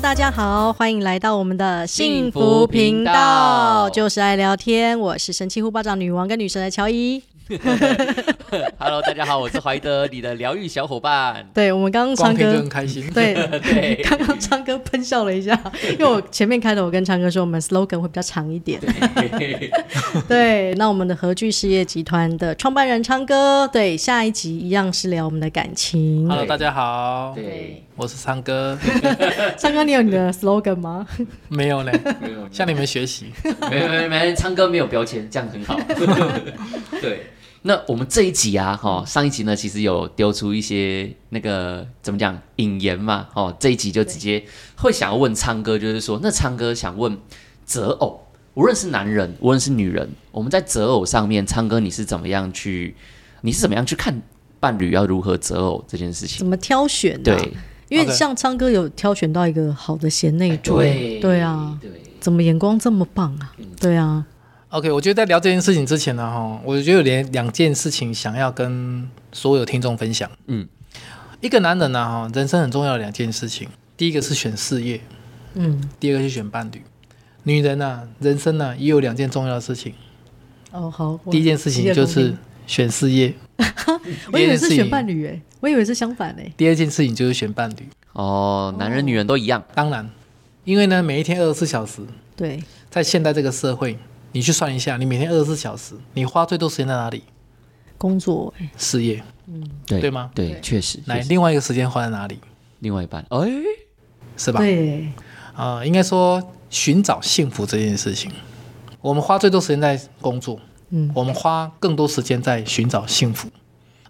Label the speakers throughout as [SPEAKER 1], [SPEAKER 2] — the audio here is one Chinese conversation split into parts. [SPEAKER 1] 大家好，欢迎来到我们的幸
[SPEAKER 2] 幸
[SPEAKER 1] 福
[SPEAKER 2] 福
[SPEAKER 1] 频
[SPEAKER 2] 频道
[SPEAKER 1] 道，就是爱聊天。我是神奇护巴掌女王跟女神的乔伊。
[SPEAKER 2] Hello，大家好，我是怀德，你的疗愈小伙伴。
[SPEAKER 1] 对，我们刚刚
[SPEAKER 3] 光
[SPEAKER 1] 唱
[SPEAKER 3] 听就很
[SPEAKER 1] 歌，
[SPEAKER 3] 开心。
[SPEAKER 1] 对，
[SPEAKER 2] 对，
[SPEAKER 1] 刚刚昌哥喷笑了一下，因为我前面开头我跟昌哥说我们 slogan 会比较长一点。 对，那我们的和聚事业集团的创办人昌哥，对，下一集一样是聊我们的感情。
[SPEAKER 3] Hello，大家好，
[SPEAKER 2] 对，
[SPEAKER 3] 我是昌 哥，
[SPEAKER 1] 昌哥，你有你的 slogan 吗？
[SPEAKER 3] 没有嘞，
[SPEAKER 2] 没有
[SPEAKER 3] 向你们学习。
[SPEAKER 2] 没没没，唱歌没有标签，这样很好。对，那我们这一集啊，哈、上一集呢，其实有丢出一些那个怎么讲引言嘛，哦，这一集就直接会想要问昌哥，就是说，那昌哥想问择偶，无论是男人，无论是女人，我们在择偶上面，昌哥你是怎么样去，你是怎么样去看伴侣要如何择偶这件事情？
[SPEAKER 1] 怎么挑选、啊？
[SPEAKER 2] 对，
[SPEAKER 1] 因为
[SPEAKER 3] OK
[SPEAKER 1] 像昌哥有挑选到一个好的贤内助，对啊，
[SPEAKER 2] 对。
[SPEAKER 1] 怎么眼光这么棒啊？
[SPEAKER 3] 嗯
[SPEAKER 1] 对啊，
[SPEAKER 3] OK，我觉得在聊这件事情之前呢，哈，我觉得有两两件事情想要跟所有听众分享。
[SPEAKER 2] 嗯，
[SPEAKER 3] 一个男人呢，哈，人生很重要的两件事情，第一个是选事业，
[SPEAKER 1] 嗯，
[SPEAKER 3] 第二个是选伴侣。女人呢、人生呢、也有两件重要的事情，
[SPEAKER 1] 哦好，我
[SPEAKER 3] 第一件事情就
[SPEAKER 1] 洗耳恭
[SPEAKER 3] 是选事业，
[SPEAKER 1] 听，我以为是
[SPEAKER 3] 第二件事情
[SPEAKER 1] 选伴侣诶、我以为是相反诶、
[SPEAKER 3] 第二件事情就是选伴侣。
[SPEAKER 2] 哦，男人女人都一样，
[SPEAKER 3] 当然，因为呢，每一天二十四小时，
[SPEAKER 1] 对，
[SPEAKER 3] 在现代这个社会，你去算一下，你每天二十四小时，你花最多时间在哪里？
[SPEAKER 1] 工作、欸、
[SPEAKER 3] 事业。
[SPEAKER 2] 对
[SPEAKER 3] 对吗？
[SPEAKER 2] 对，确实。
[SPEAKER 3] 来，
[SPEAKER 2] 确实
[SPEAKER 3] 另外一个时间花在哪里？
[SPEAKER 2] 另外一半，哎，
[SPEAKER 3] 是吧？
[SPEAKER 1] 对，
[SPEAKER 3] 啊、应该说寻找幸福这件事情，我们花最多时间在工作，
[SPEAKER 1] 嗯，
[SPEAKER 3] 我们花更多时间在寻找幸福。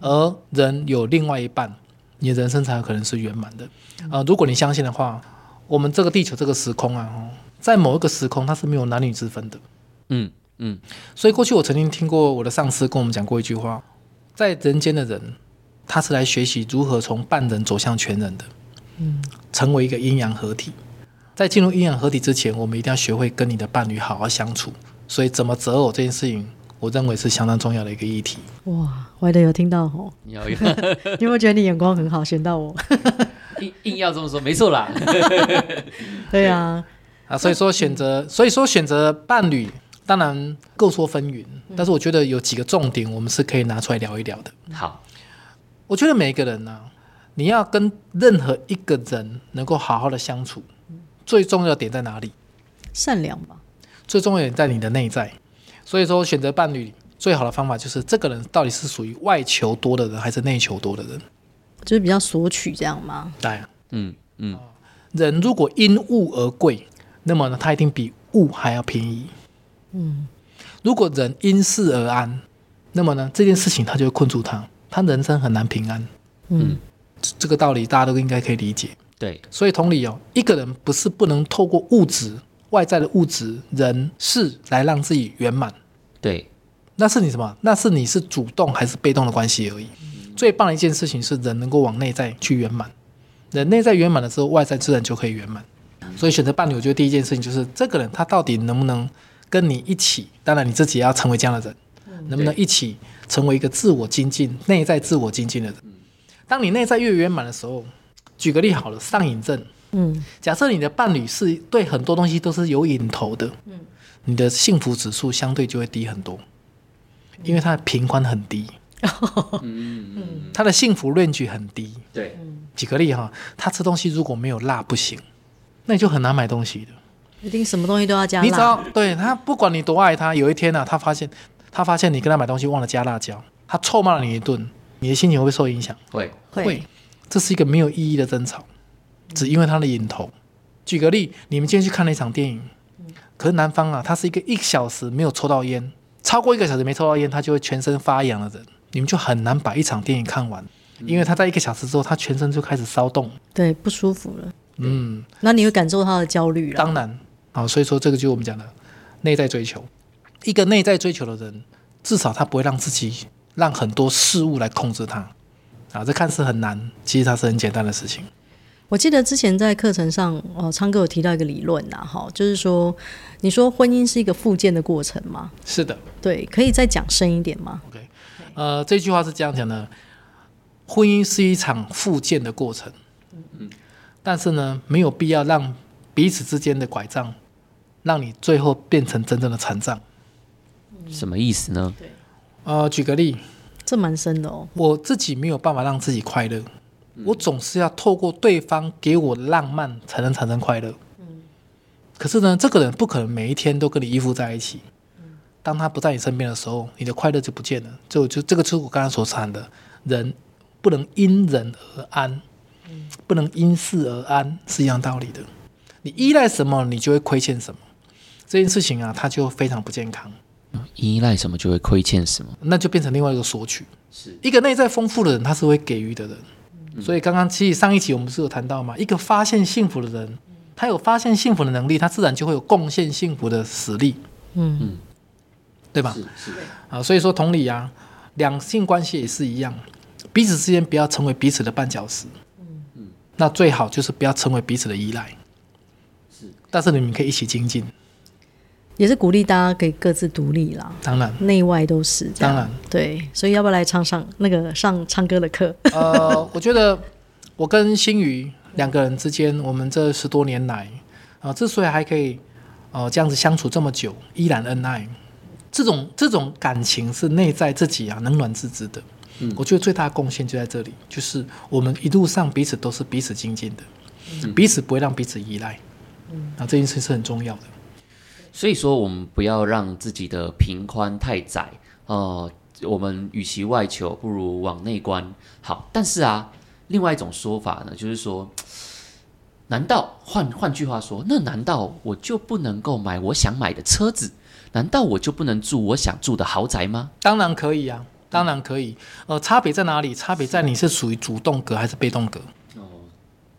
[SPEAKER 3] 而人有另外一半，你的人生才有可能是圆满的。呃，如果你相信的话，我们这个地球这个时空啊，哦在某一个时空它是没有男女之分的。
[SPEAKER 2] 嗯嗯，
[SPEAKER 3] 所以过去我曾经听过我的上司跟我们讲过一句话，在人间的人，他是来学习如何从半人走向全人的，嗯，成为一个阴阳合体。在进入阴阳合体之前，我们一定要学会跟你的伴侣好好相处。所以，怎么择偶这件事情，我认为是相当重要的一个议题。
[SPEAKER 1] 哇，怀德有听到 吼，
[SPEAKER 2] 要要
[SPEAKER 1] 你有没有觉得你眼光很好，选到我？
[SPEAKER 2] 硬硬要这么说，没错 啦。
[SPEAKER 1] 对啊，
[SPEAKER 3] 啊，所以说选择，所以说选择伴侣，当然各说纷纭，但是我觉得有几个重点，我们是可以拿出来聊一聊的。
[SPEAKER 2] 好，
[SPEAKER 3] 我觉得每一个人呢、你要跟任何一个人能够好好的相处，最重要的点在哪里？
[SPEAKER 1] 善良吧，
[SPEAKER 3] 最重要的点在你的内在。所以说，选择伴侣最好的方法就是这个人到底是属于外求多的人还是内求多的人。
[SPEAKER 1] 就是比较索取这样嘛。
[SPEAKER 3] 来，
[SPEAKER 2] 嗯嗯，
[SPEAKER 3] 人如果因物而贵，那么呢，他一定比物还要便宜。嗯，如果人因事而安，那么呢，这件事情他就会困住他，他人生很难平安。
[SPEAKER 1] 嗯，
[SPEAKER 3] 这这个道理大家都应该可以理解。
[SPEAKER 2] 对，
[SPEAKER 3] 所以同理哦，一个人不是不能透过物质、外在的物质、人事来让自己圆满，
[SPEAKER 2] 对，
[SPEAKER 3] 那是你什么？那是你是主动还是被动的关系而已。最棒的一件事情是人能够往内在去圆满，人内在圆满的时候，外在自然就可以圆满。所以选择伴侣，我觉得第一件事情就是这个人他到底能不能跟你一起，当然你自己也要成为这样的人，能不能一起成为一个自我精进、内在自我精进的人。当你内在越圆满的时候，举个例好了，上瘾症，
[SPEAKER 1] 嗯，
[SPEAKER 3] 假设你的伴侣是对很多东西都是有瘾头的，你的幸福指数相对就会低很多，因为他的频宽很低，
[SPEAKER 2] 嗯
[SPEAKER 3] 他的幸福 range 很低。
[SPEAKER 2] 对，
[SPEAKER 1] 嗯
[SPEAKER 3] 举个例哈，他吃东西如果没有辣不行，那你就很难买东西的。
[SPEAKER 1] 一定什么东西都要加
[SPEAKER 3] 你只
[SPEAKER 1] 辣，
[SPEAKER 3] 要对他，不管你多爱他，有一天呢、啊，他发现他发现你跟他买东西忘了加辣椒，他臭骂了你一顿，你的心情会不会受影响？
[SPEAKER 2] 会，
[SPEAKER 1] 会，
[SPEAKER 3] 这是一个没有意义的争吵，只因为他的瘾头。举个例，你们今天去看了一场电影，可是男方啊，他是一个一小时没有抽到烟，超过一个小时没抽到烟，他就会全身发痒的人，你们就很难把一场电影看完，因为他在一个小时之后，他全身就开始骚动。
[SPEAKER 1] 对，不舒服了，
[SPEAKER 3] 嗯，
[SPEAKER 1] 那你会感受他的焦虑了。
[SPEAKER 3] 当然啊，所以说这个就是我们讲的内在追求。一个内在追求的人，至少他不会让自己让很多事物来控制他啊，这看似很难，其实它是很简单的事情。
[SPEAKER 1] 我记得之前在课程上，呃，昌哥有提到一个理论呐，啊哈，就是说，你说婚姻是一个复健的过程嘛，
[SPEAKER 3] 是的。
[SPEAKER 1] 对，可以再讲深一点吗？
[SPEAKER 3] OK，呃，这句话是这样讲的：婚姻是一场复健的过程，但是呢，没有必要让彼此之间的拐杖，让你最后变成真正的残障。
[SPEAKER 1] 嗯
[SPEAKER 2] 什么意思呢？
[SPEAKER 3] 呃，举个例，
[SPEAKER 1] 这蛮深的哦。
[SPEAKER 3] 我自己没有办法让自己快乐，我总是要透过对方给我浪漫才能产生快乐。可是呢，这个人不可能每一天都跟你依附在一起。当他不在你身边的时候，你的快乐就不见了。就就这个就是我刚刚所谈的，人不能因人而安，不能因事而安，是一样道理的。你依赖什么，你就会亏欠什么。这件事情啊，它就非常不健康。
[SPEAKER 2] 依赖什么就会亏欠什么。
[SPEAKER 3] 那就变成另外一个索取。
[SPEAKER 2] 是嗯
[SPEAKER 3] 一个内在丰富的人，他是会给予的人。所以刚刚其实上一集我们是有谈到嘛，一个发现幸福的人，
[SPEAKER 2] 嗯
[SPEAKER 3] 他有发现幸福的能力，他自然就会有贡献幸福的实力，
[SPEAKER 1] 嗯，
[SPEAKER 3] 对吧？
[SPEAKER 2] 是是，
[SPEAKER 3] 啊，所以说同理啊，两性关系也是一样，彼此之间不要成为彼此的绊脚石。
[SPEAKER 2] 嗯
[SPEAKER 3] 那最好就是不要成为彼此的依赖。
[SPEAKER 2] 是，
[SPEAKER 3] 但是你们可以一起精进，
[SPEAKER 1] 也是鼓励大家可以各自独立啦，
[SPEAKER 3] 当然，
[SPEAKER 1] 内外都是这样。
[SPEAKER 3] 当然。
[SPEAKER 1] 对，所以要不要来唱上那个上唱歌的课？
[SPEAKER 3] 呃， 我觉得我跟新宇两个人之间，我们这十多年来，呃，之所以还可以呃这样子相处这么久，依然恩爱，这种这种感情是内在自己啊冷暖自知的。嗯，我觉得最大的贡献就在这里，就是我们一路上彼此都是彼此精进的，彼此不会让彼此依赖。嗯，啊，这件事是很重要的。
[SPEAKER 2] 所以说我们不要让自己的平宽太窄哦、呃我们与其外求，不如往内观。好，但是啊，另外一种说法呢，就是说，难道换换句话说，那难道我就不能够买我想买的车子？难道我就不能住我想住的豪宅吗？
[SPEAKER 3] 当然可以啊，当然可以。呃，差别在哪里？差别在你是属于主动格还是被动格？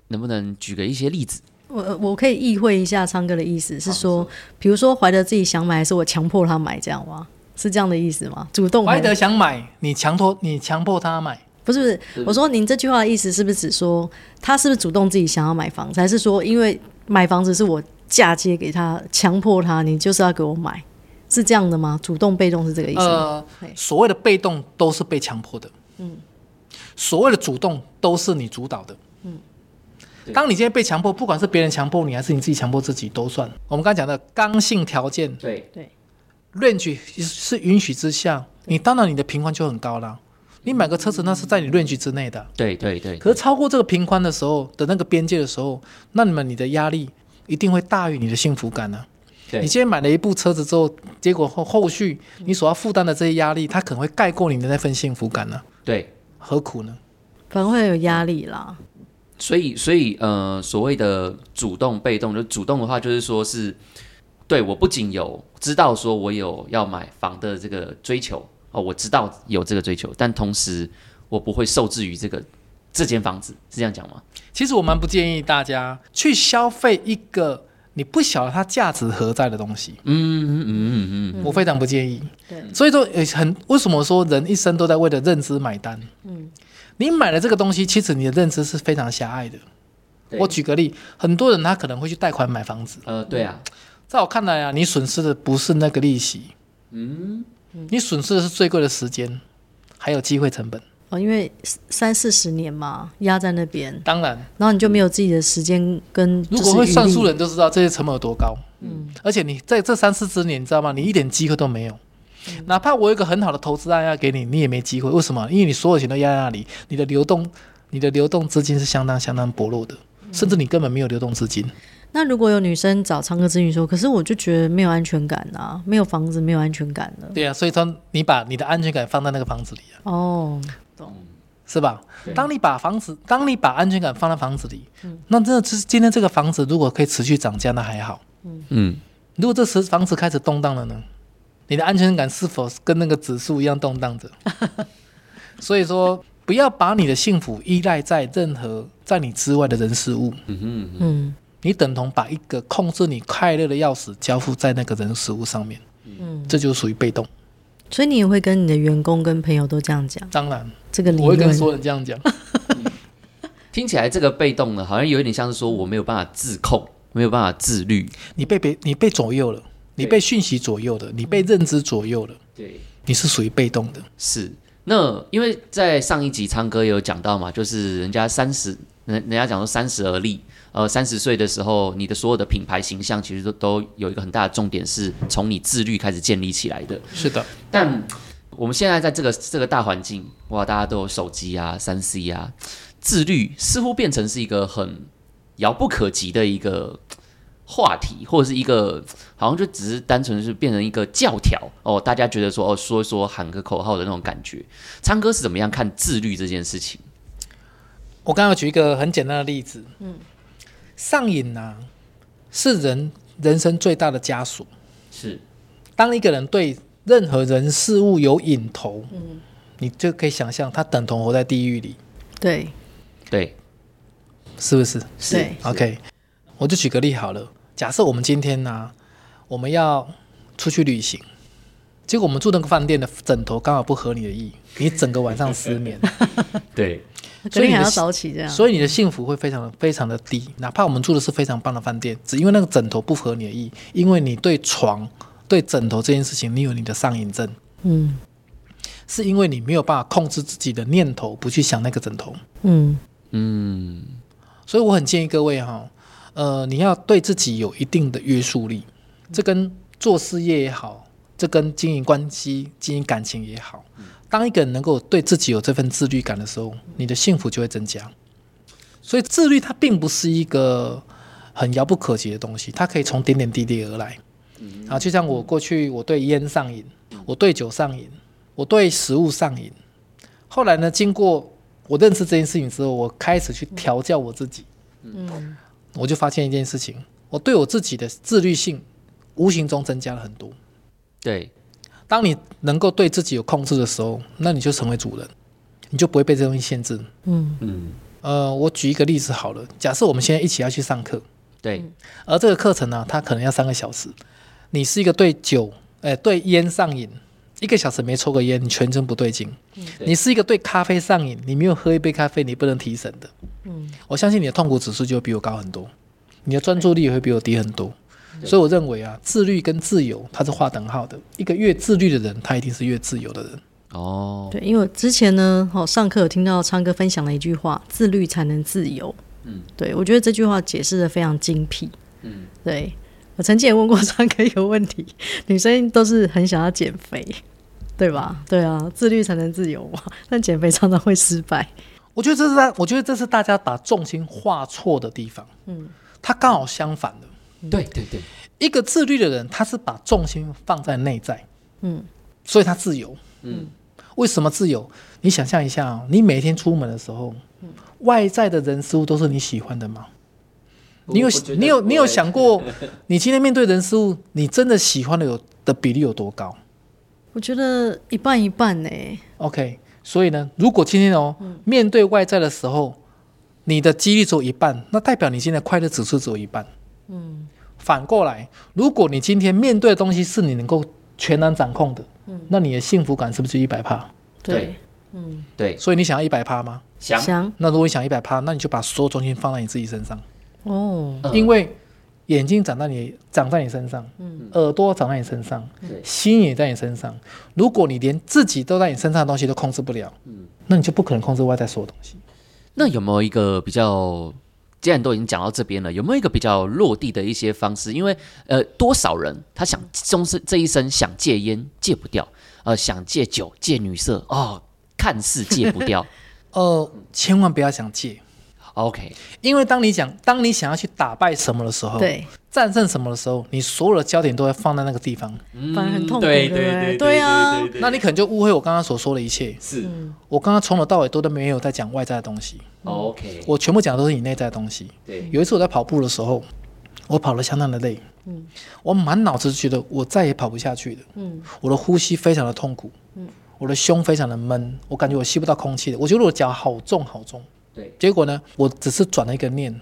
[SPEAKER 2] 能不能举个一些例子？
[SPEAKER 1] 我我可以意会一下昌哥的意思，是说，比如说怀德自己想买，还是我强迫他买这样吗？是这样的意思吗？主动
[SPEAKER 3] 怀
[SPEAKER 1] 还
[SPEAKER 3] 德想买，你强迫你强迫他买，
[SPEAKER 1] 不是不是，我说您这句话的意思是不是指说他是不是主动自己想要买房子，还是说因为买房子是我嫁接给他，强迫他，你就是要给我买，是这样的吗？主动被动是这个意思吗？
[SPEAKER 3] 呃
[SPEAKER 1] 对，
[SPEAKER 3] 所谓的被动都是被强迫的，嗯，所谓的主动都是你主导的，嗯。当你今天被强迫，不管是别人强迫你，还是你自己强迫自己，都算。我们刚才讲的刚性条件
[SPEAKER 2] 对，
[SPEAKER 3] range 是允许之下，你当然你的频宽就很高啦。你买个车子，那是在你 range 之内的
[SPEAKER 1] 嗯
[SPEAKER 3] 啊，
[SPEAKER 2] 对对对，
[SPEAKER 3] 可是超过这个频宽的时候的那个边界的时候，那你们你的压力一定会大于你的幸福感呢、啊
[SPEAKER 2] 对
[SPEAKER 3] 你今天买了一部车子之后，结果后后续你所要负担的这些压力，它可能会盖过你的那份幸福感呢、
[SPEAKER 2] 对，
[SPEAKER 3] 何苦呢？
[SPEAKER 1] 反而会有压力啦。
[SPEAKER 2] 所以，所以，呃，所谓的主动、被动，就主动的话，就是说是，对我不仅有知道说我有要买房的这个追求哦，我知道有这个追求，但同时我不会受制于这个这间房子，是这样讲吗？
[SPEAKER 3] 其实我蛮不建议大家去消费一个你不晓得它价值何在的东西，
[SPEAKER 2] 嗯嗯嗯嗯
[SPEAKER 3] 我非常不建议。
[SPEAKER 1] 对，
[SPEAKER 3] 所以说，呃，很为什么说人一生都在为了认知买单？嗯，你买了这个东西，其实你的认知是非常狭隘的。
[SPEAKER 2] 嗯对
[SPEAKER 3] 我举个例，很多人他可能会去贷款买房子，
[SPEAKER 2] 嗯，呃，对啊，
[SPEAKER 3] 在我看来啊，你损失的不是那个利息，嗯，你损失的是最贵的时间，还有机会成本。
[SPEAKER 1] 哦，因为三三四十年嘛，压在那边，
[SPEAKER 3] 当然，
[SPEAKER 1] 然后你就没有自己的时间跟就
[SPEAKER 3] 如
[SPEAKER 1] 是
[SPEAKER 3] 果会算
[SPEAKER 1] 余
[SPEAKER 3] 数
[SPEAKER 1] 力
[SPEAKER 3] 的人就知道这些成本有多高。嗯，而且你在这三四十年，你知道吗？你一点机会都没有。哪怕我有一个很好的投资案要给你，你也没机会。为什么？因为你所有钱都压在那里，你的流动，你的流动资金是相当相当薄弱的，甚至你根本没有流动资金。
[SPEAKER 1] 那如果有女生找唱歌咨询说，可是我就觉得没有安全感啊，没有房子，没有安全感了。
[SPEAKER 3] 对啊，所以说你把你的安全感放在那个房子里啊。
[SPEAKER 1] 哦，
[SPEAKER 3] 是吧
[SPEAKER 2] 对？
[SPEAKER 3] 当你把房子，当你把安全感放在房子里，
[SPEAKER 1] 嗯
[SPEAKER 3] 那这这今天这个房子如果可以持续涨价，那还好。
[SPEAKER 2] 嗯，
[SPEAKER 3] 如果这时房子开始动荡了呢？你的安全感是否跟那个指数一样动荡 着？所以说，不要把你的幸福依赖在任何在你之外的人事物，
[SPEAKER 1] 嗯
[SPEAKER 3] 你等同把一个控制你快乐的钥匙交付在那个人事物上面，
[SPEAKER 1] 嗯，
[SPEAKER 3] 这就属于被动。
[SPEAKER 1] 所以你也会跟你的员工跟朋友都这样讲
[SPEAKER 3] 当然，
[SPEAKER 1] 这个理
[SPEAKER 3] 我会跟
[SPEAKER 1] 论。
[SPEAKER 3] 所有人这样讲。
[SPEAKER 2] 听起来这个被动呢，好像有一点像是说我没有办法自控，没有办法自律，
[SPEAKER 3] 你被别你被左右了，你被讯息左右了，你被认知左右了，
[SPEAKER 2] 对。
[SPEAKER 3] 你是属于被动的。
[SPEAKER 2] 是，那因为在上一集昌哥有讲到嘛，就是人家三十人人家讲说三十而立，呃，三十岁的时候，你的所有的品牌形象其实都都有一个很大的重点是从你自律开始建立起来的。
[SPEAKER 3] 是的，
[SPEAKER 2] 但我们现在在这个这个大环境，哇，大家都有手机啊、三 C 啊，自律似乎变成是一个很遥不可及的一个话题，或者是一个好像就只是单纯是变成一个教条哦，大家觉得说哦说一说喊个口号的那种感觉。昌哥是怎么样看自律这件事情？
[SPEAKER 3] 我刚刚有举一个很简单的例子，嗯，上瘾啊，是人人生最大的枷锁。
[SPEAKER 2] 是
[SPEAKER 3] 当一个人对任何人事物有瘾头，你就可以想象他等同活在地狱里，
[SPEAKER 1] 对
[SPEAKER 2] 对
[SPEAKER 3] 是不是
[SPEAKER 2] 是
[SPEAKER 1] 对
[SPEAKER 2] 是
[SPEAKER 3] ？OK，我就举个例好了。假设我们今天呢、我们要出去旅行，结果我们住那个饭店的枕头刚好不合你的意，你整个晚上失 眠，
[SPEAKER 2] 对
[SPEAKER 1] 肯
[SPEAKER 3] 所以
[SPEAKER 1] 定
[SPEAKER 3] 你
[SPEAKER 1] 还
[SPEAKER 3] 的
[SPEAKER 1] 要
[SPEAKER 3] 心
[SPEAKER 1] 早
[SPEAKER 2] 嗯
[SPEAKER 1] 起这样。
[SPEAKER 3] 所以你的幸福会非常的非常的低。哪怕我们住的是非常棒的饭店，只因为那个枕头不合你的意，因为你对床、对枕头这件事情，你有你的上瘾症。
[SPEAKER 1] 嗯
[SPEAKER 3] 是因为你没有办法控制自己的念头，不去想那个枕头。
[SPEAKER 1] 嗯，
[SPEAKER 2] 嗯
[SPEAKER 3] 所以我很建议各位哈，呃，你要对自己有一定的约束力，这跟做事业也好，这跟经营关系、经营感情也好，当一个人能够对自己有这份自律感的时候，你的幸福就会增加。所以自律它并不是一个很遥不可及的东西，它可以从点点滴滴而来。啊，就像我过去我对烟上瘾，我对酒上瘾，我对食物上瘾。后来呢，经过我认识这件事情之后，我开始去调教我自己。嗯，我就发现一件事情，我对我自己的自律性无形中增加了很多。
[SPEAKER 2] 对
[SPEAKER 3] 当你能够对自己有控制的时候，那你就成为主人，你就不会被这东西限制。
[SPEAKER 2] 嗯
[SPEAKER 3] 呃，我举一个例子好了，假设我们现在一起要去上课，
[SPEAKER 2] 对
[SPEAKER 3] 而这个课程呢、它可能要三个小时。你是一个对酒，呃，对烟上瘾，一个小时没抽个烟，你全身不对劲；
[SPEAKER 2] 对
[SPEAKER 3] 你是一个嗯对咖啡上瘾，你没有喝一杯咖啡，你不能提神的。嗯，我相信你的痛苦指数就会比我高很多，你的专注力也会比我低很多。所以我认为啊，自律跟自由它是划等号的。一个越自律的人，他一定是越自由的人。
[SPEAKER 2] 哦，
[SPEAKER 1] 对，因为我之前呢，哦，上课有听到昌哥分享了一句话：“自律才能自由。”嗯，对，我觉得这句话解释的非常精辟。嗯，对我曾经也问过昌哥一个问题： 女生都是很想要减肥，对吧？对啊，自律才能自由嘛， 但减肥常常会失败。
[SPEAKER 3] 我觉得这是大，我觉得这是大家把重心画错的地方。嗯，他刚好相反的。
[SPEAKER 2] 对对对，
[SPEAKER 3] 一个自律的人，他是把重心放在内在，嗯，所以他自由，
[SPEAKER 2] 嗯，
[SPEAKER 3] 为什么自由？你想象一下、哦，你每天出门的时候，外在的人事物都是你喜欢的吗？你有
[SPEAKER 2] 我觉得
[SPEAKER 3] 你有
[SPEAKER 2] 不会
[SPEAKER 3] 你有 想过，你今天面对人事物，你真的喜欢的有的比例有多高
[SPEAKER 1] 我觉得一半一半呢、
[SPEAKER 3] ？OK，所以呢，如果今天哦，
[SPEAKER 2] 嗯
[SPEAKER 3] 面对外在的时候，你的几率只有一半，那代表你现在快乐指数只有一半。
[SPEAKER 2] 嗯
[SPEAKER 3] 反过来，如果你今天面对的东西是你能够全然掌控的，
[SPEAKER 2] 嗯
[SPEAKER 3] 那你的幸福感是不是就一百趴？
[SPEAKER 1] 对，
[SPEAKER 2] 对
[SPEAKER 3] 所以你想要一百趴吗？
[SPEAKER 2] 想
[SPEAKER 1] 想
[SPEAKER 3] 那如果你想一百趴，那你就把所有重心放在你自己身上，
[SPEAKER 1] 哦，
[SPEAKER 2] 嗯
[SPEAKER 3] 因为眼睛长在你长在你身上，耳朵长在你身上，
[SPEAKER 2] 嗯对
[SPEAKER 3] 心也在你身上。如果你连自己都在你身上的东西都控制不了，
[SPEAKER 2] 嗯
[SPEAKER 3] 那你就不可能控制外在所有东西。
[SPEAKER 2] 那有没有一个比较，既然都已经讲到这边了，有没有一个比较落地的一些方式？因为呃，多少人他想终身这一生想戒烟戒不掉，呃，想戒酒戒女色哦，看似戒不掉。
[SPEAKER 3] 呃，千万不要想戒，
[SPEAKER 2] OK，
[SPEAKER 3] 因为当你想当你想要去打败什么的时候，
[SPEAKER 1] 对，
[SPEAKER 3] 战胜什么的时候，你所有的焦点都会放在那个地方，
[SPEAKER 1] 反而很痛苦，
[SPEAKER 2] 对
[SPEAKER 1] 不
[SPEAKER 2] 对对
[SPEAKER 1] 对啊，
[SPEAKER 3] 那你可能就误会我刚刚所说的一切。
[SPEAKER 2] 是
[SPEAKER 3] 我刚刚从头到尾都都没有在讲外在的东西，
[SPEAKER 2] OK，
[SPEAKER 3] 我全部讲的都是你内在的东西。
[SPEAKER 2] 对，
[SPEAKER 3] 有一次我在跑步的时候，我跑得相当的累，我满脑子觉得我再也跑不下去了，我的呼吸非常的痛苦，我的胸非常的闷，我感觉我吸不到空气了，我觉得我脚好重好重，
[SPEAKER 2] 对，
[SPEAKER 3] 结果呢，我只是转了一个念，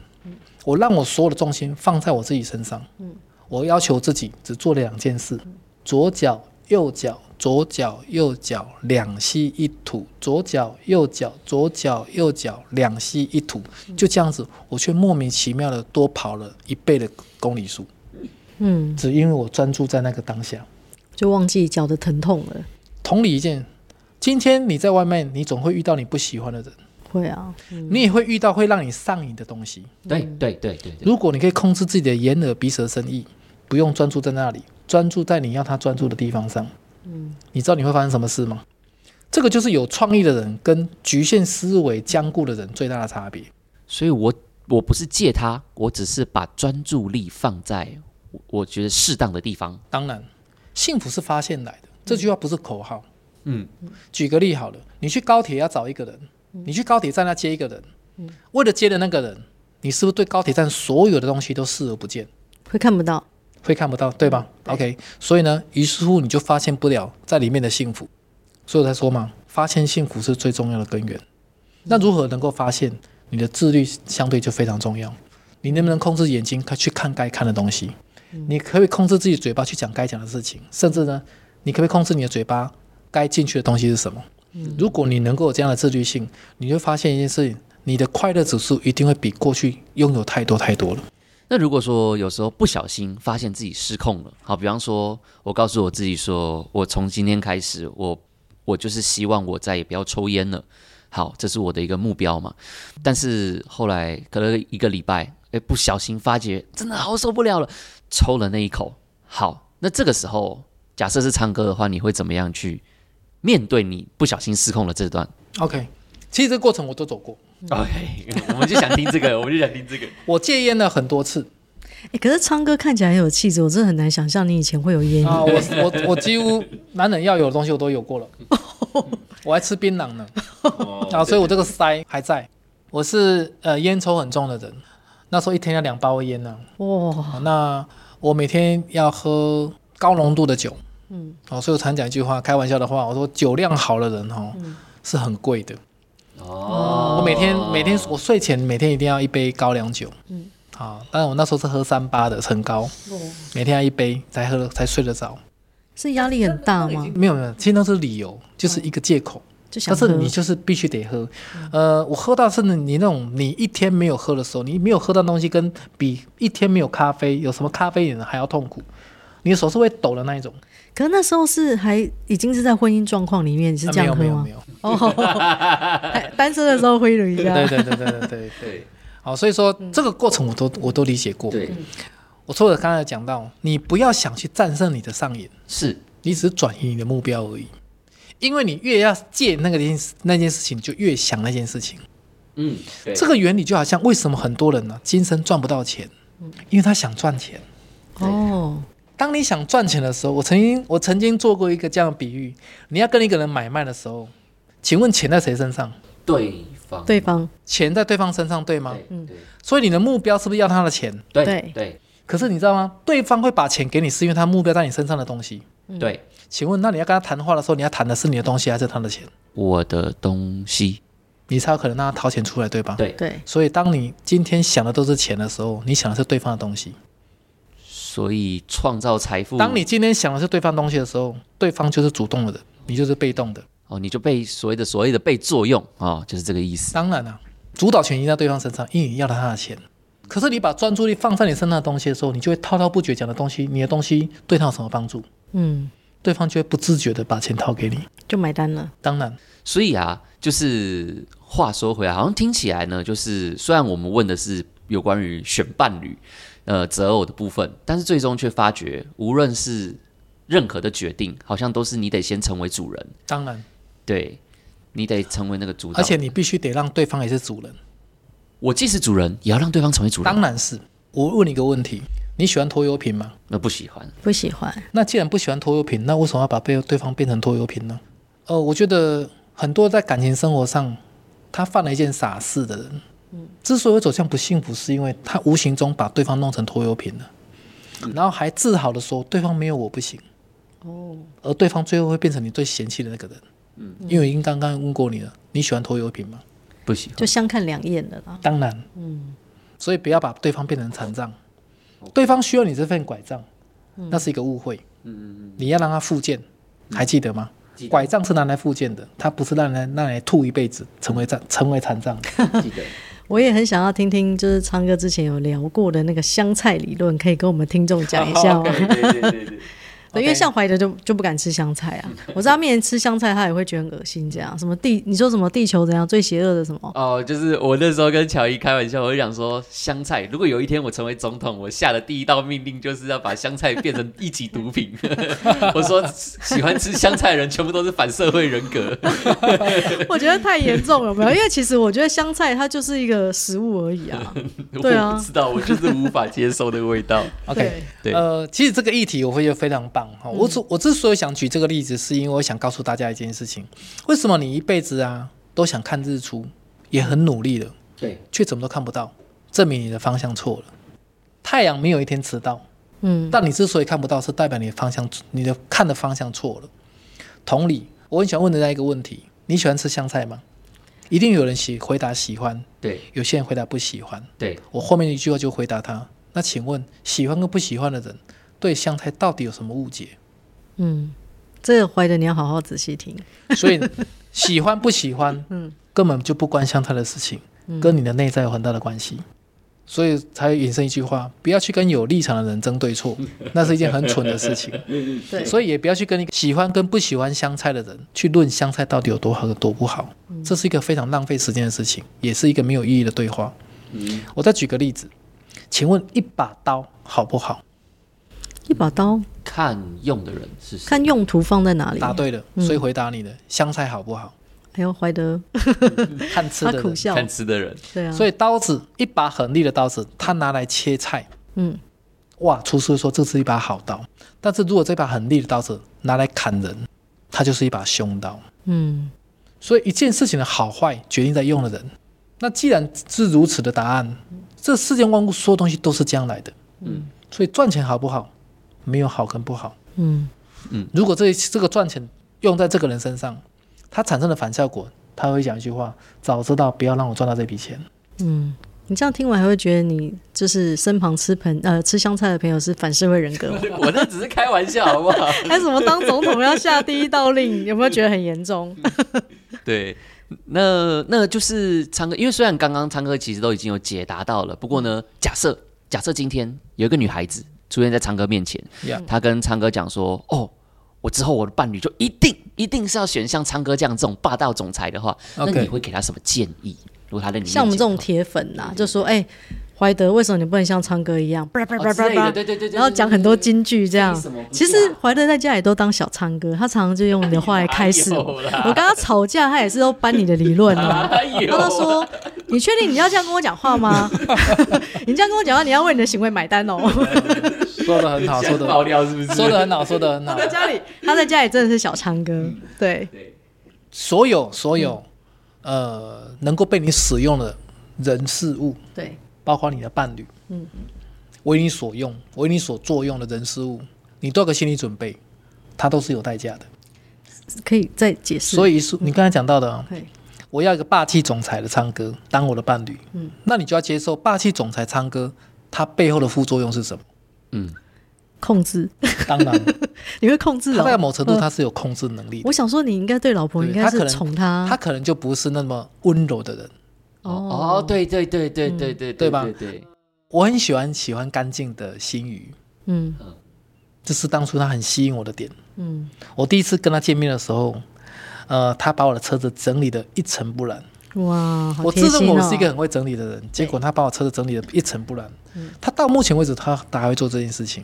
[SPEAKER 3] 我让我所有的重心放在我自己身上，我要求自己只做了两件事，左脚右脚。左脚右脚两吸一吐，左脚右脚左脚右脚两吸一吐，就这样子，我却莫名其妙的多跑了一倍的公里数，
[SPEAKER 1] 嗯，
[SPEAKER 3] 只因为我专注在那个当下。
[SPEAKER 1] 就忘记脚的疼痛了。
[SPEAKER 3] 同理一件，今天你在外面，你总会遇到你不喜欢的人，
[SPEAKER 1] 会啊，嗯
[SPEAKER 3] 你也会遇到会让你上瘾的东西。
[SPEAKER 2] 对对对对对，
[SPEAKER 3] 如果你可以控制自己的眼、耳、鼻、舌、身、意，不用专注在那里，专注在你要他专注的地方上，嗯，你知道你会发生什么事吗？这个就是有创意的人跟局限思维僵固的人最大的差别。
[SPEAKER 2] 所以我我不是借他，我只是把专注力放在我我觉得适当的地方。
[SPEAKER 3] 当然，幸福是发现来的，这句话不是口号。
[SPEAKER 2] 嗯，
[SPEAKER 3] 举个例好了，你去高铁要找一个人，你去高铁站要接一个人，为了接的那个人，你是不是对高铁站所有的东西都视而不见？
[SPEAKER 1] 会看不到。
[SPEAKER 3] 会看不到，嗯对吧 o k 所以呢，于是乎你就发现不了在里面的幸福，所以我才说嘛，发现幸福是最重要的根源。那如何能够发现？你的自律相对就非常重要，你能不能控制眼睛看去看该看的东西？你可不可以控制自己嘴巴去讲该讲的事情？甚至呢，你可不可以控制你的嘴巴该进去的东西是什么？如果你能够有这样的自律性，你会发现一件事情，你的快乐指数一定会比过去拥有太多太多了。
[SPEAKER 2] 那如果说有时候不小心发现自己失控了，好，比方说我告诉我自己说，我从今天开始，我我就是希望我再也不要抽烟了，好，这是我的一个目标嘛。但是后来隔了一个礼拜，哎，不小心发觉真的好受不了了，抽了那一口。好，那这个时候假设是唱歌的话，你会怎么样去面对你不小心失控的这段
[SPEAKER 3] OK，其实这个过程我都走过，
[SPEAKER 2] ？OK，我哦们就想听这个，我们就想听这个。
[SPEAKER 3] 我戒烟了很多次。
[SPEAKER 1] 哎、可是昌哥看起来很有气质，我真的很难想象你以前会有烟瘾。
[SPEAKER 3] 啊，我 我我几乎男人要有的东西我都有 过了，我还吃槟榔呢，啊，所以我这个腮还在。我是呃烟抽很重的人，那时候一天要两包烟呢、
[SPEAKER 1] 哇、
[SPEAKER 3] 啊那我每天要喝高浓度的酒，
[SPEAKER 1] 嗯，
[SPEAKER 3] 哦，所以我常讲一句话，开玩笑的话，我说酒量好的人哦、
[SPEAKER 1] 嗯
[SPEAKER 3] 是很贵的。
[SPEAKER 2] 哦
[SPEAKER 3] 我每天每天我睡前每天一定要一杯高粱酒，
[SPEAKER 1] 嗯，
[SPEAKER 3] 啊，当然我那时候是喝三八的陈高，
[SPEAKER 1] 哦
[SPEAKER 3] 每天要一杯才喝才睡得着。
[SPEAKER 1] 是压力很大吗？
[SPEAKER 3] 没有没有，其实那是理由，就是一个借口。
[SPEAKER 1] 就想喝
[SPEAKER 3] 但是你就是必须得喝，呃，我喝到是你那种你一天没有喝的时候，你没有喝到东西，跟比一天没有咖啡有什么咖啡因还要痛苦，你的手是会抖的那一种。
[SPEAKER 1] 可是那时候是还已经是在婚姻状况里面，你是
[SPEAKER 3] 啊
[SPEAKER 1] 这样
[SPEAKER 3] 没有
[SPEAKER 1] 喝
[SPEAKER 3] 没有
[SPEAKER 1] 吗
[SPEAKER 3] 没？有，
[SPEAKER 1] 哦，还单身的时候挥了一下，
[SPEAKER 3] 对对对对对
[SPEAKER 1] 啊
[SPEAKER 3] 对
[SPEAKER 2] 对
[SPEAKER 3] 好，所以说这个过程我都我都理解过。
[SPEAKER 2] 对
[SPEAKER 3] 我说的刚才讲到，你不要想去战胜你的上瘾，
[SPEAKER 2] 是
[SPEAKER 3] 你只是转移你的目标而已，因为你越要戒那个件事那件事情，你就越想那件事情。
[SPEAKER 2] 嗯对
[SPEAKER 3] 这个原理就好像为什么很多人呢、今生赚不到钱，
[SPEAKER 1] 嗯
[SPEAKER 3] 因为他想赚钱。
[SPEAKER 1] 哦，
[SPEAKER 3] 当你想赚钱的时候，我曾经我曾经做过一个这样的比喻：你要跟一个人买卖的时候，请问钱在谁身上？
[SPEAKER 2] 对方
[SPEAKER 1] 对方
[SPEAKER 3] 钱在对方身上，对吗？
[SPEAKER 2] 嗯
[SPEAKER 3] 所以你的目标是不是要他的钱？
[SPEAKER 2] 对
[SPEAKER 1] 对
[SPEAKER 2] 对
[SPEAKER 3] 可是你知道吗？对方会把钱给你，是因为他目标在你身上的东西。
[SPEAKER 2] 对，
[SPEAKER 3] 请问，那你要跟他谈话的时候，你要谈的是你的东西还是他的钱？
[SPEAKER 2] 我的东西，
[SPEAKER 3] 你才有可能让他掏钱出来，对吧？
[SPEAKER 2] 对，
[SPEAKER 1] 对，
[SPEAKER 3] 所以，当你今天想的都是钱的时候，你想的是对方的东西。
[SPEAKER 2] 所以创造财富。
[SPEAKER 3] 当你今天想的是对方东西的时候，对方就是主动的，你就是被动的。
[SPEAKER 2] 哦，你就被所谓的所谓的被作用哦，就是这个意思。
[SPEAKER 3] 当然了、主导权已经在对方身上，因为你要了他的钱。可是你把专注力放在你身上的东西的时候，你就会滔滔不绝讲的东西，你的东西对他有什么帮助？
[SPEAKER 1] 嗯，
[SPEAKER 3] 对方就会不自觉的把钱掏给你。
[SPEAKER 1] 就买单了。
[SPEAKER 3] 当然，
[SPEAKER 2] 所以啊，就是话说回来，好像听起来呢，就是虽然我们问的是有关于选伴侣、呃择偶的部分，但是最终却发觉，无论是任何的决定，好像都是你得先成为主人，
[SPEAKER 3] 当然，
[SPEAKER 2] 对你得成为那个主导。
[SPEAKER 3] 而且你必须得让对方也是主人。
[SPEAKER 2] 我既是主人，也要让对方成为主人。
[SPEAKER 3] 当然是。我问你一个问题：你喜欢拖油瓶吗？
[SPEAKER 2] 那不喜欢，
[SPEAKER 1] 不喜欢，
[SPEAKER 3] 那既然不喜欢拖油瓶，那为什么要把被对方变成拖油瓶呢？呃，我觉得很多在感情生活上，他犯了一件傻事的人，之所以会走向不幸福，是因为他无形中把对方弄成拖油瓶了，然后还自豪的说对方没有我不行，
[SPEAKER 1] 哦，
[SPEAKER 3] 而对方最后会变成你最嫌弃的那个人。嗯，因为我已经刚刚问过你了，你喜欢拖油瓶吗？
[SPEAKER 2] 不喜欢。
[SPEAKER 1] 就相看两厌的啦。
[SPEAKER 3] 当然，嗯，所以不要把对方变成残障，对方需要你这份拐杖，那是一个误会。嗯嗯你要让他复健，还记得吗？
[SPEAKER 2] 记得
[SPEAKER 3] 拐杖是拿来复健的，它不是让人让人吐一辈子，成为残成为残障的。
[SPEAKER 2] 记得
[SPEAKER 1] 我也很想要听听，就是昌 哥之前有聊过的那个香菜理论，可以跟我们听众讲一下吗？
[SPEAKER 2] 对对对对，
[SPEAKER 1] 对，因为像怀德就就不敢吃香菜啊，
[SPEAKER 3] 嗯
[SPEAKER 1] 我在他面前吃香菜，他也会觉得很恶心。这样什么地，你说什么地球怎样最邪恶的什么？
[SPEAKER 2] 哦，就是我那时候跟乔伊开玩笑，我就想说，香菜如果有一天我成为总统，我下的第一道命令就是要把香菜变成一级毒 品。我说喜欢吃香菜的人全部都是反社会人格。
[SPEAKER 1] 我觉得太严重了，没有？因为其实我觉得香菜它就是一个食物而已 啊。对啊
[SPEAKER 2] 我不知道，我就是无法接受的味道。
[SPEAKER 3] OK，
[SPEAKER 2] 对
[SPEAKER 3] 呃，其实这个议题我会觉得非常棒哈、我之我之所以想举这个例子，是因为我想告诉大家一件事情：为什么你一辈子啊都想看日出，也很努力了，
[SPEAKER 2] 对，
[SPEAKER 3] 却怎么都看不到，证明你的方向错了。太阳没有一天迟到，
[SPEAKER 1] 嗯，
[SPEAKER 3] 但你之所以看不到，是代表你的方向，你的看的方向错了。同理，我很喜欢问人家一个问题：你喜欢吃香菜吗？一定有人喜回答喜欢，
[SPEAKER 2] 对，
[SPEAKER 3] 有些人回答不喜欢。
[SPEAKER 2] 对，
[SPEAKER 3] 我后面一句话就回答他：那请问，喜欢跟不喜欢的人对香菜到底有什么误解？
[SPEAKER 1] 嗯，这个怀德你要好好仔细听。
[SPEAKER 3] 所以喜欢不喜欢，嗯，根本就不关香菜的事情，
[SPEAKER 1] 嗯
[SPEAKER 3] 跟你的内在有很大的关系。所以才引申一句话：不要去跟有立场的人争对错，那是一件很蠢的事情。
[SPEAKER 1] 对，
[SPEAKER 3] 所以也不要去跟一个喜欢跟不喜欢香菜的人去论香菜到底有多好多不好，
[SPEAKER 1] 嗯
[SPEAKER 3] 这是一个非常浪费时间的事情，也是一个没有意义的对话。
[SPEAKER 2] 嗯，
[SPEAKER 3] 我再举个例子，请问一把刀好不好？
[SPEAKER 1] 一把刀
[SPEAKER 2] 看用的人是谁？
[SPEAKER 1] 看用途放在哪里。
[SPEAKER 3] 答对了，
[SPEAKER 1] 嗯
[SPEAKER 3] 所以回答你的、香菜好不好？
[SPEAKER 1] 还有怀德
[SPEAKER 3] 看吃
[SPEAKER 1] 他
[SPEAKER 3] 的
[SPEAKER 1] 苦
[SPEAKER 3] 人。
[SPEAKER 1] 笑，
[SPEAKER 2] 看吃的人，
[SPEAKER 1] 对啊，
[SPEAKER 3] 所以刀子一把很利的刀子，它拿来切菜，
[SPEAKER 1] 嗯，
[SPEAKER 3] 哇，厨师说这是一把好刀。但是如果这把很利的刀子拿来砍人，它就是一把凶刀。
[SPEAKER 1] 嗯
[SPEAKER 3] 所以一件事情的好坏决定在用的人。那既然是如此的答案，这世间万物所有东西都是这样来的。
[SPEAKER 2] 嗯，
[SPEAKER 3] 所以赚钱好不好，没有好跟不好。
[SPEAKER 1] 嗯，
[SPEAKER 3] 如果这这个赚钱用在这个人身上，它产生的反效果，他会讲一句话：早知道不要让我赚到这笔钱。
[SPEAKER 1] 嗯，你这样听完还会觉得你就是身旁吃盆呃吃香菜的朋友是反社会人格吗？
[SPEAKER 2] 我那只是开玩笑，好不好？
[SPEAKER 1] 还什么当总统要下第一道令，有没有觉得很严重？
[SPEAKER 2] 对，那那就是昌哥，因为虽然刚刚昌哥其实都已经有解答到了，不过呢，假设假设今天有一个女孩子出现在昌哥面前
[SPEAKER 3] Yeah
[SPEAKER 2] 她跟昌哥讲说：“哦，我之后我的伴侣就一定一定是要选像昌哥这样这种霸道总裁的话那
[SPEAKER 3] OK
[SPEAKER 2] 你会给他什么建议？如果他在你面前
[SPEAKER 1] 像我们这种铁粉呐、就说哎。怀德，为什么你不能像昌哥一样，叭叭叭
[SPEAKER 2] 哦之
[SPEAKER 1] 叭
[SPEAKER 2] 类的
[SPEAKER 1] 叭，
[SPEAKER 2] 对对对对
[SPEAKER 1] 然后讲很多金句这样
[SPEAKER 2] 为什么？不
[SPEAKER 1] 其
[SPEAKER 2] 是啊
[SPEAKER 1] 实怀德在家里都当小昌哥，他常常就用你的话来开示我。
[SPEAKER 2] 哎呦啦
[SPEAKER 1] 我跟他吵架，他也是都搬你的理论啊。
[SPEAKER 2] 哎呦
[SPEAKER 1] 然后他说：“你确定你要这样跟我讲话吗？你这样跟我讲话，你要为你的行为买单哦。”
[SPEAKER 3] 说的 很好，说
[SPEAKER 2] 想
[SPEAKER 3] 的
[SPEAKER 2] 爆料是不是？
[SPEAKER 3] 说的很好，说的很好
[SPEAKER 1] 他。在家里，他在家里真的是小昌哥。对，
[SPEAKER 3] 所有所有，呃，能够被你使用的人事物，
[SPEAKER 1] 对，
[SPEAKER 3] 包括你的伴侣，嗯，为你所用、为你所作用的人事物，你都有个心理准备，它都是有代价的。
[SPEAKER 1] 可以再解释。
[SPEAKER 3] 所
[SPEAKER 1] 以，
[SPEAKER 3] 以是你刚才讲到的啊，
[SPEAKER 1] 对，
[SPEAKER 3] 我要一个霸气总裁的唱歌当我的伴侣，嗯，那你就要接受霸气总裁唱歌，它背后的副作用是什么？
[SPEAKER 2] 嗯，
[SPEAKER 1] 控制，
[SPEAKER 3] 当 然，
[SPEAKER 1] 你会控制
[SPEAKER 3] 他在
[SPEAKER 1] 哦。
[SPEAKER 3] 某程度他是有控制能力的，
[SPEAKER 1] 我想说，你应该对老婆
[SPEAKER 3] 对
[SPEAKER 1] 应该
[SPEAKER 3] 他可
[SPEAKER 1] 是
[SPEAKER 3] 能
[SPEAKER 1] 宠
[SPEAKER 3] 他可能就不是那么温柔的人。
[SPEAKER 2] 哦，对对对对
[SPEAKER 1] 嗯
[SPEAKER 2] 对对
[SPEAKER 3] 对吧
[SPEAKER 2] 对对，
[SPEAKER 3] 我很喜欢喜欢干净的心语，
[SPEAKER 1] 嗯
[SPEAKER 3] 这是当初他很吸引我的点。
[SPEAKER 1] 嗯，
[SPEAKER 3] 我第一次跟他见面的时候，呃，他把我的车子整理的一尘不染。
[SPEAKER 1] 哇，好
[SPEAKER 3] 我
[SPEAKER 1] 贴
[SPEAKER 3] 自认
[SPEAKER 1] 心
[SPEAKER 3] 为我
[SPEAKER 1] 哦
[SPEAKER 3] 是一个很会整理的人，结果他把我车子整理的一尘不染。
[SPEAKER 1] 嗯
[SPEAKER 3] 他到目前为止，他他还会做这件事情。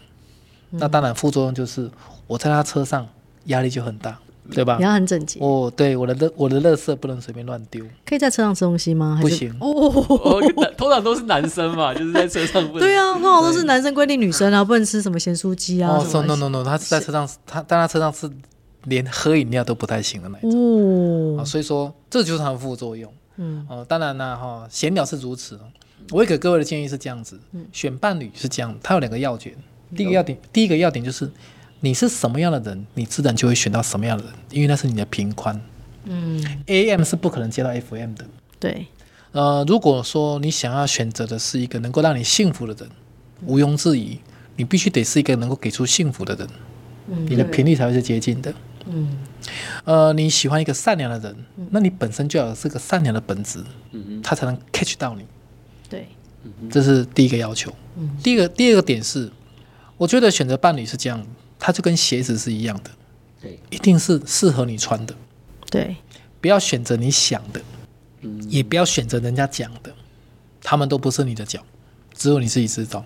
[SPEAKER 3] 那当然，副作用就是我在他车上压力就很大，对吧
[SPEAKER 1] 你？要很整洁。
[SPEAKER 3] 我对我的垃我的垃圾不能随便乱丢，
[SPEAKER 1] 可以在车上吃东西吗？还
[SPEAKER 3] 不
[SPEAKER 1] 是
[SPEAKER 3] 行
[SPEAKER 1] 哦。
[SPEAKER 2] 哦， 通常都是男生嘛，就是在车上不能
[SPEAKER 1] 对啊，通常都是男生规定女生啊，不能吃什么咸酥鸡啊。
[SPEAKER 3] 哦
[SPEAKER 1] 什
[SPEAKER 3] ，so
[SPEAKER 1] 么
[SPEAKER 3] no no no，他是在车上，他但他车上是连喝饮料都不太行的那一种
[SPEAKER 1] 哦，
[SPEAKER 3] 啊，所以说这就是它的副作用。
[SPEAKER 1] 嗯，
[SPEAKER 3] 哦，当然啦，哈、闲聊是如此哦。我也给各位的建议是这样子，选伴侣是这样，它有两个要点。第一个要点，第一个要点就是你是什么样的人，你自然就会选到什么样的人，因为那是你的频宽。嗯，AM 是不可能接到 FM 的。
[SPEAKER 1] 对，
[SPEAKER 3] 呃，如果说你想要选择的是一个能够让你幸福的人，毋庸置疑，你必须得是一个能够给出幸福的人，
[SPEAKER 1] 嗯
[SPEAKER 3] 你的频率才会是接近的。
[SPEAKER 1] 嗯
[SPEAKER 3] 呃，你喜欢一个善良的人，那你本身就要有这个善良的本质，他才能 catch 到你。
[SPEAKER 1] 对，嗯
[SPEAKER 3] 这是第一个要求。第一个第二个点是，我觉得选择伴侣是这样，它就跟鞋子是一样的，
[SPEAKER 2] 对，
[SPEAKER 3] 一定是适合你穿的，
[SPEAKER 1] 对，
[SPEAKER 3] 不要选择你想的，也不要选择人家讲的，他们都不是你的脚，只有你自己知道。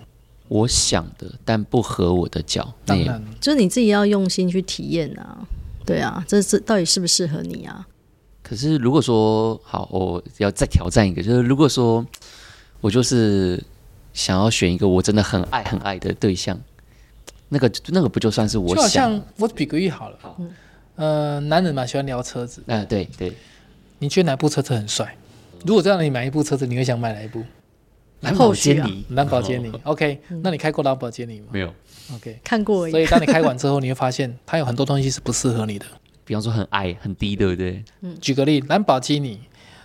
[SPEAKER 2] 我想的，但不合我的脚。那
[SPEAKER 3] 当
[SPEAKER 2] 也
[SPEAKER 3] 然，
[SPEAKER 1] 就是你自己要用心去体验啊。对啊，这是到底适不适合你啊？
[SPEAKER 2] 可是如果说好，我要再挑战一个，就是如果说我就是想要选一个我真的很爱很爱的对象，那个那个不就算是我
[SPEAKER 3] 就好
[SPEAKER 2] 想？
[SPEAKER 3] 像我比个喻好了，
[SPEAKER 2] 好
[SPEAKER 3] 呃，男人嘛喜欢聊车子，
[SPEAKER 2] 嗯、对对，
[SPEAKER 3] 你觉得哪部车子很帅？如果让你买一部车子，你会想买哪一部？
[SPEAKER 2] 兰
[SPEAKER 1] 后
[SPEAKER 2] 博
[SPEAKER 1] 续
[SPEAKER 2] 基
[SPEAKER 1] 啊
[SPEAKER 2] 尼，
[SPEAKER 3] 兰博基尼。OK，那你
[SPEAKER 2] 哦
[SPEAKER 3] 开过兰博基尼吗
[SPEAKER 2] 没有？
[SPEAKER 3] ？OK，
[SPEAKER 1] 看过而
[SPEAKER 3] 所
[SPEAKER 1] 已
[SPEAKER 3] 以当你开完之后，你会发现它有很多东西是不适合你的。
[SPEAKER 2] 比方说很矮很低，对不对？
[SPEAKER 3] 举个例，兰博基尼，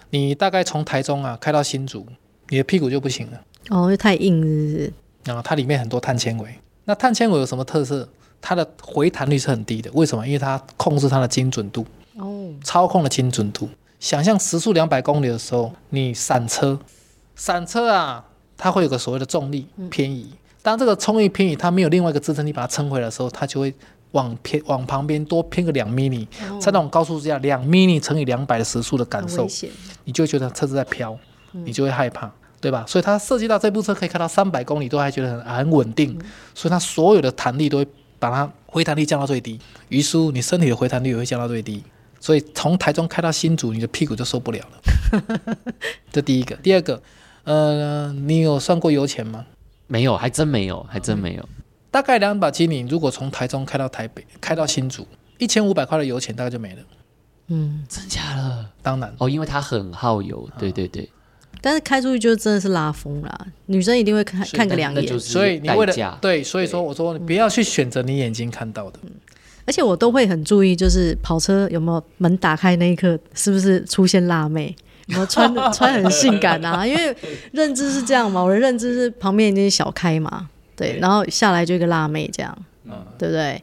[SPEAKER 3] 你大概从台中啊开到新竹，你的屁股就不行了。
[SPEAKER 1] 哦，又太硬是不是？
[SPEAKER 3] 然后啊它里面很多碳纤维。那碳纤维有什么特色？它的回弹率是很低的，为什么？因为它控制它的精准度，
[SPEAKER 1] 哦，
[SPEAKER 3] 操控的精准度。想象时速两百公里的时候，你闪车，闪车啊，它会有个所谓的重力
[SPEAKER 1] 嗯
[SPEAKER 3] 偏移。当这个重力偏移，它没有另外一个支撑力把它撑回来的时候，它就会往偏往旁边多偏个两 mini，、在那种高速之下，两 mini 乘以两百的时速的感
[SPEAKER 1] 哦很
[SPEAKER 3] 受
[SPEAKER 1] 危，险。
[SPEAKER 3] 你就会觉得车子在飘，你就会害怕，对吧？所以它涉及到这部车可以开到三百公里都还觉得很很稳定，所以它所有的弹力都会把它回弹力降到最低，于是乎你身体的回弹率也会降到最低。所以从台中开到新竹，你的屁股就受不了了。这第一个，第二个，呃，你有算过油钱吗？
[SPEAKER 2] 没有，还真没有，还真没有。
[SPEAKER 3] 大概两把基尼，如果从台中开到台北，开到新竹，一千五百块的油钱大概就没了。
[SPEAKER 1] 嗯，
[SPEAKER 2] 真假的？
[SPEAKER 3] 当然，
[SPEAKER 2] 哦，因为它很耗油，对对对，
[SPEAKER 1] 但是开出去就真的是拉风啦，女生一定会看
[SPEAKER 2] 所以
[SPEAKER 1] 看个
[SPEAKER 2] 那
[SPEAKER 1] 两
[SPEAKER 2] 那
[SPEAKER 1] 眼
[SPEAKER 2] 就。是
[SPEAKER 3] 所以你
[SPEAKER 2] 代
[SPEAKER 3] 为了
[SPEAKER 2] 价
[SPEAKER 3] 对，所以说我说你不要去选择你眼睛看到的。
[SPEAKER 1] 而且我都会很注意，就是跑车有没有门打开那一刻，是不是出现辣妹？有没有 穿穿很性感啊？因为认知是这样嘛，我的认知是旁边已经小开嘛，对，然后下来就一个辣妹这样，
[SPEAKER 3] 嗯
[SPEAKER 1] 对不对？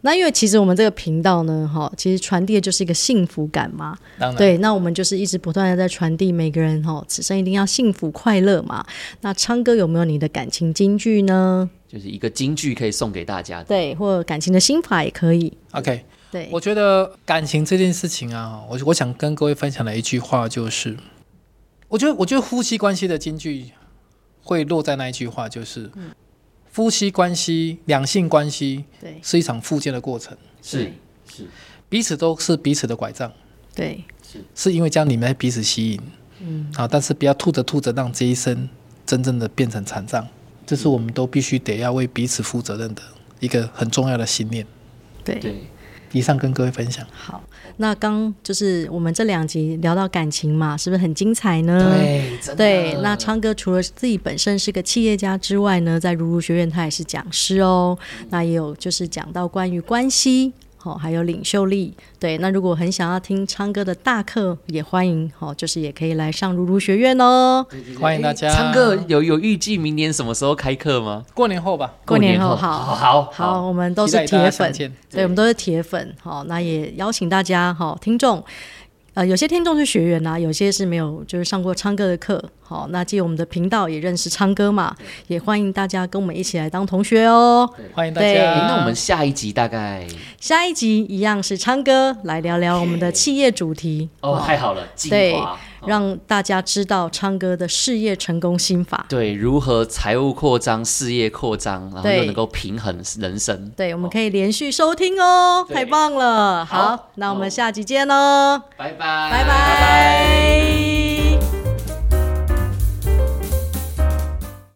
[SPEAKER 1] 那因为其实我们这个频道呢，哈，其实传递的就是一个幸福感嘛，
[SPEAKER 3] 当然，
[SPEAKER 1] 对，那我们就是一直不断的在传递每个人哈，此生一定要幸福快乐嘛。那昌哥有没有你的感情金句呢？
[SPEAKER 2] 就是一个金句可以送给大家的。
[SPEAKER 1] 对，或感情的心法也可以。
[SPEAKER 3] OK，
[SPEAKER 1] 对，
[SPEAKER 3] 我觉得感情这件事情啊，我我想跟各位分享的一句话就是，我觉得我觉得夫妻关系的金句会落在那一句话，就是、
[SPEAKER 1] 嗯
[SPEAKER 3] 夫妻关系、两性关系
[SPEAKER 1] 对
[SPEAKER 3] 是一场复健的过程，
[SPEAKER 2] 是是，
[SPEAKER 3] 彼此都是彼此的拐杖，
[SPEAKER 1] 对，
[SPEAKER 3] 是因为将你们彼此吸引，嗯，啊，但是不要吐着吐着让这一生真正的变成残障，这是我们都必须得要为彼此负责任的一个很重要的信念。
[SPEAKER 1] 对。
[SPEAKER 2] 对，
[SPEAKER 3] 以上跟各位分享。
[SPEAKER 1] 好，那刚就是我们这两集聊到感情嘛，是不是很精彩呢？
[SPEAKER 2] 对，真的
[SPEAKER 1] 对，那昌哥除了自己本身是个企业家之外呢，在如如学院他也是讲师哦，那也有就是讲到关于关系。哦，还有领袖力，对。那如果很想要听昌哥的大课，也欢迎哦，就是也可以来上如如学院哦。
[SPEAKER 3] 欢迎大家。
[SPEAKER 2] 昌哥有有预计明年什么时候开课吗？
[SPEAKER 3] 过年后吧，
[SPEAKER 1] 过年后
[SPEAKER 2] 好
[SPEAKER 1] 好，
[SPEAKER 2] 好
[SPEAKER 1] 好，，我们都
[SPEAKER 3] 期
[SPEAKER 1] 是
[SPEAKER 3] 待大家
[SPEAKER 1] 铁
[SPEAKER 3] 相
[SPEAKER 1] 粉，
[SPEAKER 3] 见
[SPEAKER 1] 对，我们都是铁粉。好、那也邀请大家，哈、听众，呃，有些听众是学员呐、啊有些是没有，就是上过昌哥的课。好、那借我们的频道也认识昌哥嘛，也欢迎大家跟我们一起来当同学哦。
[SPEAKER 3] 欢迎大
[SPEAKER 1] 对
[SPEAKER 2] 诶
[SPEAKER 3] 家。
[SPEAKER 2] 那我们下一集大概
[SPEAKER 1] 下一集一样是昌哥来聊聊我们的企业主题，
[SPEAKER 2] 哦，太好了，精
[SPEAKER 1] 对
[SPEAKER 2] 华，
[SPEAKER 1] 让大家知道昌哥的事业成功心法。
[SPEAKER 2] 对，如何财务扩张、事业扩张，然后
[SPEAKER 1] 对
[SPEAKER 2] 又能够平衡人生。
[SPEAKER 1] 对，我们可以连续收听哦，
[SPEAKER 2] 对
[SPEAKER 1] 太棒了！好，
[SPEAKER 2] 好
[SPEAKER 1] 那我们
[SPEAKER 2] 哦
[SPEAKER 1] 下集见喽，
[SPEAKER 2] 拜拜，
[SPEAKER 1] 拜拜